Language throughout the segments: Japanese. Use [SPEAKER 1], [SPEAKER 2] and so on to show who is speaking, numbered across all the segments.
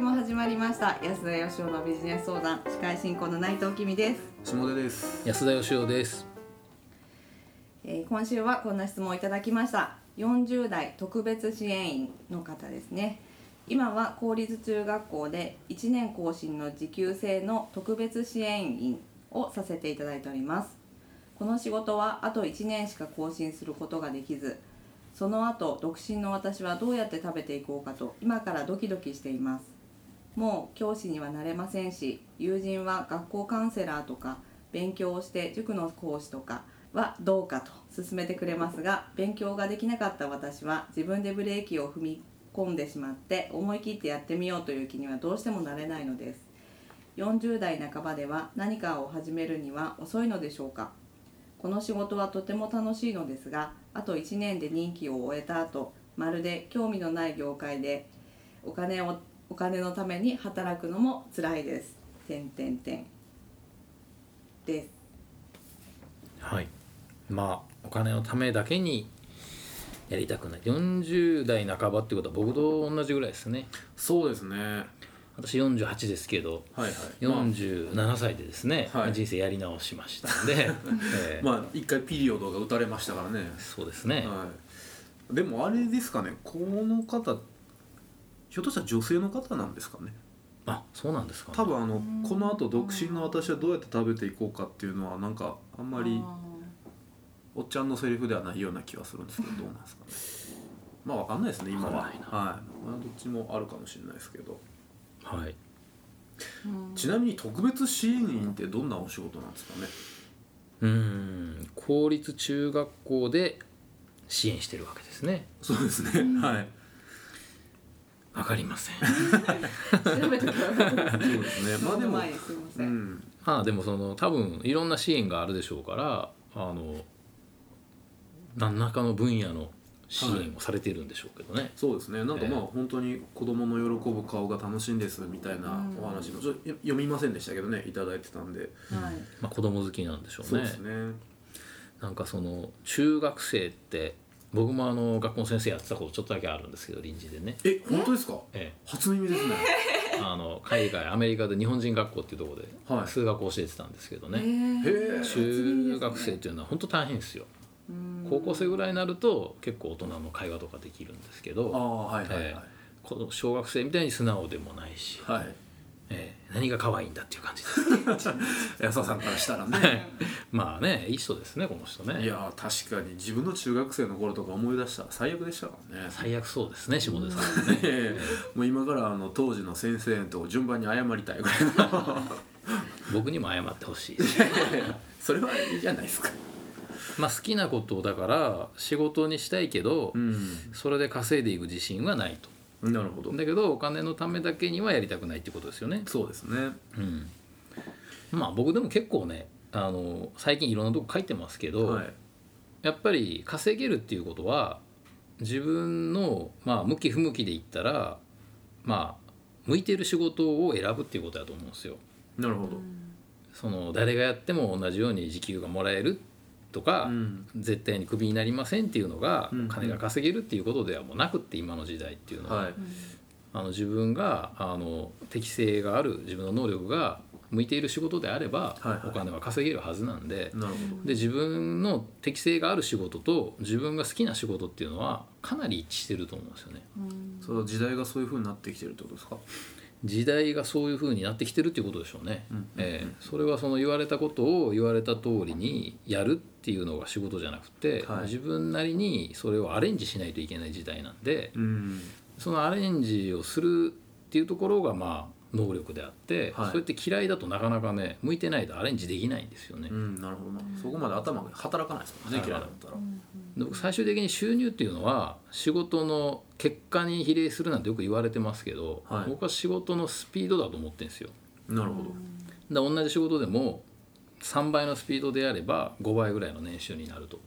[SPEAKER 1] した安田義生のビジネス相談司会進行の内藤君です、
[SPEAKER 2] 下出です
[SPEAKER 3] 安田義雄です。
[SPEAKER 1] えー今週はこんな質問をいただきました40代特別支援員の方ですね今は公立中学校で1年更新の時給制の特別支援員をさせていただいておりますこの仕事はあと1年しか更新することができずその後独身の私はどうやって食べていこうかと今からドキドキしていますもう教師にはなれませんし友人は学校カウンセラーとか勉強をして塾の講師とかはどうかと勧めてくれますが勉強ができなかった私は自分でブレーキを踏み込んでしまって思い切ってやってみようという気にはどうしてもなれないのです40代半ばでは何かを始めるには遅いのでしょうかこの仕事はとても楽しいのですがあと1年で任期を終えた後まるで興味のない業界でお金をお金のために働くのも辛いです。てんてんてんです。
[SPEAKER 3] はい。まあお金のためだけにやりたくない。40代半ばってことは僕と同じぐらいですね。
[SPEAKER 2] そうですねは
[SPEAKER 3] 私48ですけど。
[SPEAKER 2] いはい
[SPEAKER 3] 47歳でですね、
[SPEAKER 2] はい
[SPEAKER 3] 人生やり直しまし たんで、えー
[SPEAKER 2] まあまあ一回ピリオドが打たれましたからね、
[SPEAKER 3] そうですね、
[SPEAKER 2] はい、でもあれですかねこの方ひょっとしたら女性の方なんですかね
[SPEAKER 3] あそうなんですか、ね、
[SPEAKER 2] 多分あのこの後独身の私はどうやって食べていこうかっていうのはなんかあんまりおっちゃんのセリフではないような気がするんですけどどうなんですかねまあわかんないですね今は
[SPEAKER 3] わ
[SPEAKER 2] は
[SPEAKER 3] かん
[SPEAKER 2] い
[SPEAKER 3] ないな
[SPEAKER 2] まあどっちもあるかもしれないですけど
[SPEAKER 3] はい
[SPEAKER 2] ちなみに特別支援員ってどんなお仕事なんですかね
[SPEAKER 3] うーん公立中学校で支援してるわけですね
[SPEAKER 2] そうですね、はい
[SPEAKER 3] わかりません
[SPEAKER 1] うん調べときゃよかったです。
[SPEAKER 2] そうですねまあでも
[SPEAKER 1] 前にすみま
[SPEAKER 2] う
[SPEAKER 1] せん。
[SPEAKER 2] ん
[SPEAKER 3] まあでもその多分いろんな支援があるでしょうからあの何らかの分野の支援をされてるんでしょうけどね、
[SPEAKER 2] そうですねなんか
[SPEAKER 3] ええ
[SPEAKER 2] まあ本当に子供の喜ぶ顔が楽しいんですみたいな
[SPEAKER 1] うん
[SPEAKER 2] お話もちょよ読みませんでしたけどねいただいてたんで
[SPEAKER 1] はい。
[SPEAKER 3] まあ、子供好きなんでしょう
[SPEAKER 2] そうですね
[SPEAKER 3] なんかその中学生って僕もあの学校の先生やってたことちょっとだけあるんですけど臨時でね、
[SPEAKER 2] え本当ですか
[SPEAKER 3] え
[SPEAKER 2] 初耳ですね
[SPEAKER 3] え、あの海外アメリカで日本人学校っていうところ
[SPEAKER 2] はい
[SPEAKER 3] で数学を教えてたんですけどね、
[SPEAKER 2] へー
[SPEAKER 3] 中学生っていうのは本当大変ですよ高校生ぐらいになると結構大人の会話とかできるんですけ
[SPEAKER 2] あ
[SPEAKER 3] ど
[SPEAKER 2] あはいはいはい、
[SPEAKER 3] えこの小学生みたいに素直でもないし、
[SPEAKER 2] はい
[SPEAKER 3] ええ、何が可愛いんだっていう感じです
[SPEAKER 2] 安田さんからしたら
[SPEAKER 3] は
[SPEAKER 2] ね
[SPEAKER 3] いまあねいい人ですねこの人ね
[SPEAKER 2] いやー確かに自分の中学生の頃とか思い出したら最悪でしたからね
[SPEAKER 3] 最悪そうですね下出さんはね
[SPEAKER 2] ええもう今からあの当時の先生と順番に謝りたいぐらい の
[SPEAKER 3] 僕にも謝ってほ しいし
[SPEAKER 2] それはいいじゃないですか
[SPEAKER 3] まあ、好きなことをだから仕事にしたいけど、
[SPEAKER 2] うん
[SPEAKER 3] それで稼いでいく自信はないと
[SPEAKER 2] なるほど
[SPEAKER 3] だけどお金のためだけにはやりたくないってことですよね、
[SPEAKER 2] そうですね
[SPEAKER 3] うん、まあ僕でも結構ねあの最近いろんなとこ書いてますけど、
[SPEAKER 2] はい
[SPEAKER 3] やっぱり稼げるっていうことは自分の、まあ、向き不向きで言ったらまあ向いてる仕事を選ぶっていうことだと思うんですよ。
[SPEAKER 2] なるほど
[SPEAKER 3] その誰がやっても同じように時給がもらえるとか、
[SPEAKER 2] うん
[SPEAKER 3] 絶対にクビになりませんっていうのが、
[SPEAKER 2] うんうん
[SPEAKER 3] 金が稼げるっていうことではもうなくって今の時代っていうのは、
[SPEAKER 2] はい
[SPEAKER 3] あの自分があの適性がある自分の能力が向いている仕事であれば、
[SPEAKER 2] はいはい
[SPEAKER 3] お金は稼げるはずなんで,、
[SPEAKER 2] なるほ
[SPEAKER 3] で自分の適性がある仕事と自分が好きな仕事っていうのはかなり一致してると思うんですよね。
[SPEAKER 2] どそれは時代がそういう風になってきてるってことですか
[SPEAKER 3] 時代がそういう風になってきてるっていうことでしょうね、
[SPEAKER 2] うんうんうん
[SPEAKER 3] ええそれはその言われたことを言われた通りにやるっていうのが仕事じゃなくて、
[SPEAKER 2] はい
[SPEAKER 3] 自分なりにそれをアレンジしないといけない時代なんで
[SPEAKER 2] うん
[SPEAKER 3] そのアレンジをするっていうところがまあ能力であって、
[SPEAKER 2] はい
[SPEAKER 3] そうやって嫌いだとなかなかね向いてないとアレンジできないんですよね
[SPEAKER 2] う、んなるほどなそこまで頭が働かないですもんね
[SPEAKER 3] はい
[SPEAKER 2] 嫌いだったら
[SPEAKER 3] で僕最終的に収入っていうのは仕事の結果に比例するなんてよく言われてますけど、
[SPEAKER 2] はい
[SPEAKER 3] 僕は仕事のスピードだと思ってるんですよ
[SPEAKER 2] なるほど
[SPEAKER 3] だから同じ仕事でも3倍のスピードでやれば5倍ぐらいの年収になると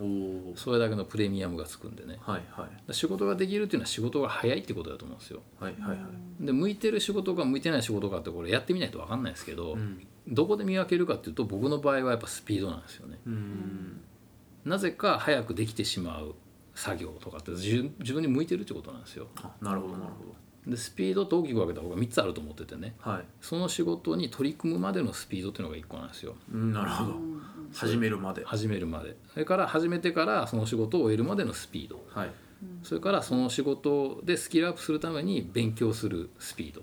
[SPEAKER 2] おお
[SPEAKER 3] それだけのプレミアムがつくんでねだか
[SPEAKER 2] はいはい
[SPEAKER 3] ら仕事ができるっていうのは仕事が早いってことだと思うんですよ
[SPEAKER 2] はいはいはい
[SPEAKER 3] で向いてる仕事か向いてない仕事かってこれやってみないと分かんないですけど、
[SPEAKER 2] うん
[SPEAKER 3] どこで見分けるかっていうと僕の場合はやっぱスピードなんですよね
[SPEAKER 2] うん
[SPEAKER 3] なぜか早くできてしまう作業とかって自自分に向いてるってことなんですよ
[SPEAKER 2] あなるほどなるほど
[SPEAKER 3] でスピードと大きく分けた方が3つあると思っててね
[SPEAKER 2] はい
[SPEAKER 3] その仕事に取り組むまでのスピードっていうのが1個なんですよ
[SPEAKER 2] うんなるほど
[SPEAKER 1] うんうん
[SPEAKER 2] 始めるまで
[SPEAKER 3] 始めるまでそれから始めてからその仕事を終えるまでのスピード
[SPEAKER 2] はい
[SPEAKER 3] それからその仕事でスキルアップするために勉強するスピード、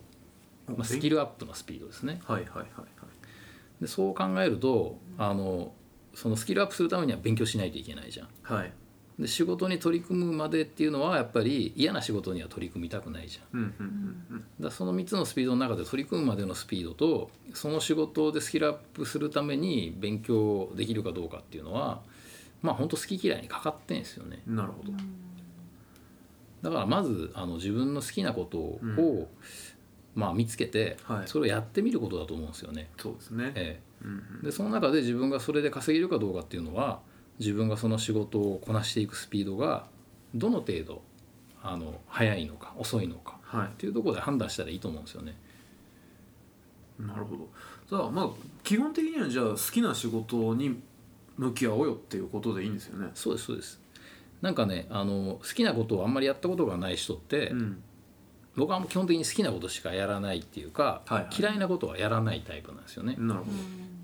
[SPEAKER 3] まあ、スキルアップのスピードですね
[SPEAKER 2] はいはいはいはい
[SPEAKER 3] でそう考えるとあのそのスキルアップするためには勉強しないといけないじゃん
[SPEAKER 2] はい
[SPEAKER 3] で仕事に取り組むまでっていうのはやっぱり嫌な仕事には取り組みたくないじゃん
[SPEAKER 2] うんうんうんうん
[SPEAKER 3] だからその3つのスピードの中で取り組むまでのスピードとその仕事でスキルアップするために勉強できるかどうかっていうのはまあ本当好き嫌いにかかってんですよね
[SPEAKER 2] なるほど
[SPEAKER 3] だからまずあの自分の好きなことを、
[SPEAKER 2] うん
[SPEAKER 3] まあ、見つけて、
[SPEAKER 2] はい
[SPEAKER 3] それをやってみることだと思うんですよね。
[SPEAKER 2] そうですね
[SPEAKER 3] え
[SPEAKER 2] うんうん
[SPEAKER 3] え、でその中で自分がそれで稼げるかどうかっていうのは自分がその仕事をこなしていくスピードがどの程度あの早いのか遅いのか
[SPEAKER 2] はい
[SPEAKER 3] っていうところで判断したらいいと思うんですよね。
[SPEAKER 2] なるほどじゃあまあ基本的にはじゃあ好きな仕事に向き合おうよっていうことでいいんですよね
[SPEAKER 3] そうですそうですなんかねあの好きなことをあんまりやったことがない人って、
[SPEAKER 2] うん
[SPEAKER 3] 僕は基本的に好きなことしかやらないっていうか、
[SPEAKER 2] はいはい
[SPEAKER 3] 嫌いなことはやらないタイプなんですよね。
[SPEAKER 2] なるほ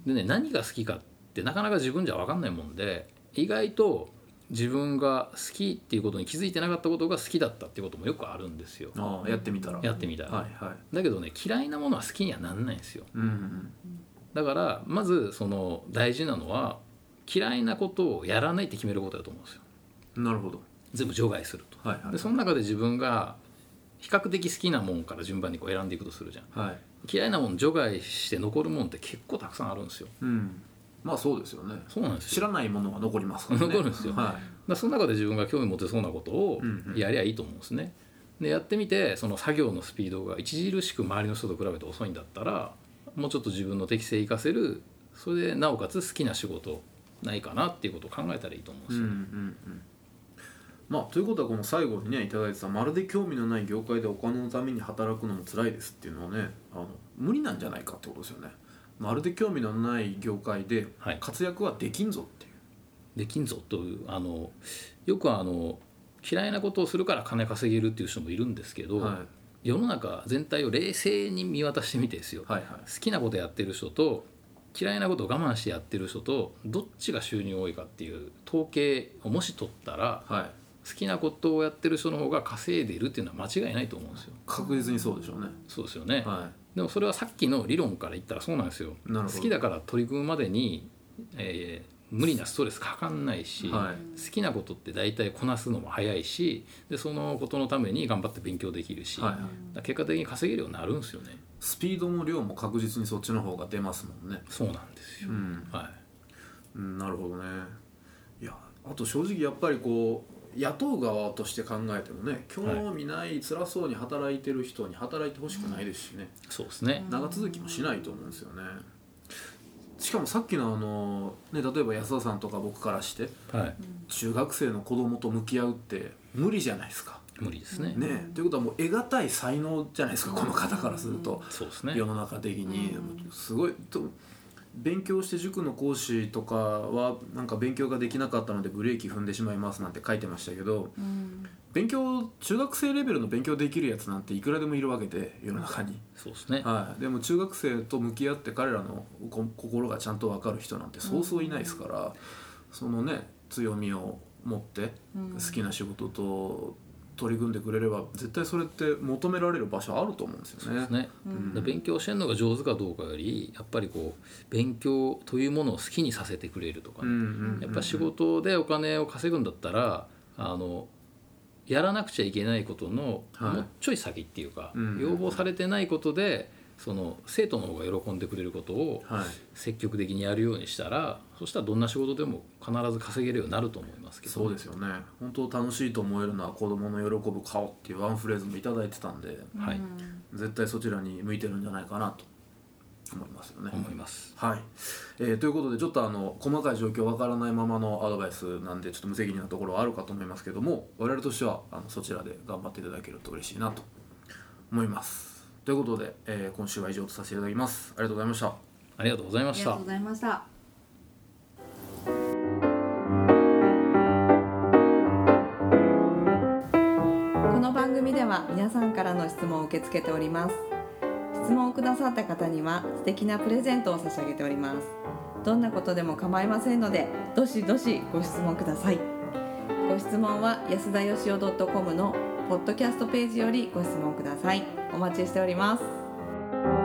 [SPEAKER 2] ど
[SPEAKER 3] でね何が好きかってなかなか自分じゃ分かんないもんで意外と自分が好きっていうことに気づいてなかったことが好きだったっていうこともよくあるんですよ
[SPEAKER 2] ああやってみたら
[SPEAKER 3] やってみたら、
[SPEAKER 2] はいはい
[SPEAKER 3] だけどね嫌いなものは好きにはなんないんですよ
[SPEAKER 2] うんうん
[SPEAKER 3] だからまずその大事なのは嫌いなことをやらないって決めることだと思うんですよ
[SPEAKER 2] うんなるほど
[SPEAKER 3] 全部除外すると
[SPEAKER 2] はいはい
[SPEAKER 3] でその中で自分が比較的好きなもんから順番にこう選んでいくとするじゃん
[SPEAKER 2] はい
[SPEAKER 3] 嫌いなもん除外して残るもんって結構たくさんあるんですよ
[SPEAKER 2] うんまあそうですよね
[SPEAKER 3] そうなんですよ
[SPEAKER 2] 知らないものは残りますからね
[SPEAKER 3] 残るんですよ
[SPEAKER 2] は
[SPEAKER 3] だからその中で自分が興味持てそうなことを
[SPEAKER 2] うんうん
[SPEAKER 3] やりゃいいと思うんですね。でやってみてその作業のスピードが著しく周りの人と比べて遅いんだったらもうちょっと自分の適性活かせるそれでなおかつ好きな仕事ないかなっていうことを考えたらいいと思う
[SPEAKER 2] い
[SPEAKER 3] んで
[SPEAKER 2] う
[SPEAKER 3] す
[SPEAKER 2] んう
[SPEAKER 3] よ。
[SPEAKER 2] んうんまあということはこの最後にねいただいてた「まるで興味のない業界でお金のために働くのも辛いです」っていうのはねあの無理なんじゃないかってことですよねまるで興味のない業界で
[SPEAKER 3] はい
[SPEAKER 2] 活躍はできんぞっていう、
[SPEAKER 3] できんぞというあのよくあの嫌いなことをするから金稼げるっていう人もいるんですけど、
[SPEAKER 2] はい
[SPEAKER 3] 世の中全体を冷静に見渡してみてですよ、
[SPEAKER 2] はいはい
[SPEAKER 3] 好きなことやってる人と嫌いなことを我慢してやってる人とどっちが収入多いかっていう統計をもし取ったら
[SPEAKER 2] はい
[SPEAKER 3] 好きなことをやってる人の方が稼いでるっていうのは間違いないと思うんですよ。
[SPEAKER 2] 確実にそうでしょうね
[SPEAKER 3] そうですよね、
[SPEAKER 2] は
[SPEAKER 3] でもそれはさっきの理論から言ったらそうなんですよ。
[SPEAKER 2] いなる
[SPEAKER 3] 好
[SPEAKER 2] ほど
[SPEAKER 3] きだから取り組むまでに、えー無理なストレスかかんないし、
[SPEAKER 2] はい
[SPEAKER 3] 好きなことって大体こなすのも早いしでそのことのために頑張って勉強できるし、
[SPEAKER 2] はいは
[SPEAKER 3] だか
[SPEAKER 2] い
[SPEAKER 3] ら結果的に稼げるようになるんですよね。
[SPEAKER 2] スピードも量も確実にそっちの方が出ますもんね
[SPEAKER 3] そうなんですよ、
[SPEAKER 2] うん
[SPEAKER 3] はい
[SPEAKER 2] うんなるほどねいやあと正直やっぱりこう雇う側として考えてもね興味ない辛そうに働いてる人に働いてほしくないですしね
[SPEAKER 3] そうですね、
[SPEAKER 2] 長続きもしないと思うんですよねしかもさっきのあの、ね、例えば安田さんとか僕からして
[SPEAKER 3] はい、
[SPEAKER 2] 中学生の子供と向き合うって無理じゃないですか。
[SPEAKER 3] 無理ですね。
[SPEAKER 2] ねということはもう得難い才能じゃないですかこの方からすると。
[SPEAKER 3] そうですね。
[SPEAKER 2] 世の中的に
[SPEAKER 1] う
[SPEAKER 2] すごいと勉強して塾の講師とかはなんか勉強ができなかったのでブレーキ踏んでしまいますなんて書いてましたけど
[SPEAKER 1] うん
[SPEAKER 2] 勉強中学生レベルの勉強できるやつなんていくらでもいるわけで世の中に、
[SPEAKER 3] そうですね。
[SPEAKER 2] はい、でも中学生と向き合って彼らのこ心がちゃんと分かる人なんてそうそういないですから、そのね強みを持って
[SPEAKER 1] うん
[SPEAKER 2] 好きな仕事と取り組んでくれれば絶対それって求められる場所あると思うんですよ
[SPEAKER 3] そうですね。
[SPEAKER 1] うん
[SPEAKER 3] で勉強してるのが上手かどうかより、やっぱりこう勉強というものを好きにさせてくれるとか
[SPEAKER 2] う
[SPEAKER 3] ね、
[SPEAKER 2] んうんうん
[SPEAKER 3] やっぱ仕事でお金を稼ぐんだったら、あのやらなくちゃいけないことの
[SPEAKER 2] はい
[SPEAKER 3] もうちょい先っていうか、
[SPEAKER 2] うん
[SPEAKER 3] 要望されてないことで、その生徒の方が喜んでくれることを
[SPEAKER 2] はい
[SPEAKER 3] 積極的にやるようにしたら、そしたらどんな仕事でも必ず稼げるようになると思いますけどね、
[SPEAKER 2] そうですよね本当楽しいと思えるのは子供の喜ぶ顔っていうワンフレーズもいただいてたんで
[SPEAKER 3] はい
[SPEAKER 1] うん
[SPEAKER 2] 絶対そちらに向いてるんじゃないかなと思いますよね。
[SPEAKER 3] 思います。
[SPEAKER 2] はい、えーということでちょっとあの細かい状況わからないままのアドバイスなんでちょっと無責任なところはあるかと思いますけども我々としてはあのそちらで頑張っていただけると嬉しいなと思います。ということで、えー今週は以上とさせていただきます。ありがとうございました。
[SPEAKER 3] ありがとうございま
[SPEAKER 1] あり
[SPEAKER 3] し
[SPEAKER 1] がと
[SPEAKER 3] た
[SPEAKER 1] うご。ざいました。この番組ででは皆さんからの質問を受け付けております質問をくださった方には素敵なプレゼントを差し上げておりますどんなことでも構いませんのでどしどしご質問くださいご質問は安田よしお .com のポッドキャストページよりご質問くださいお待ちしております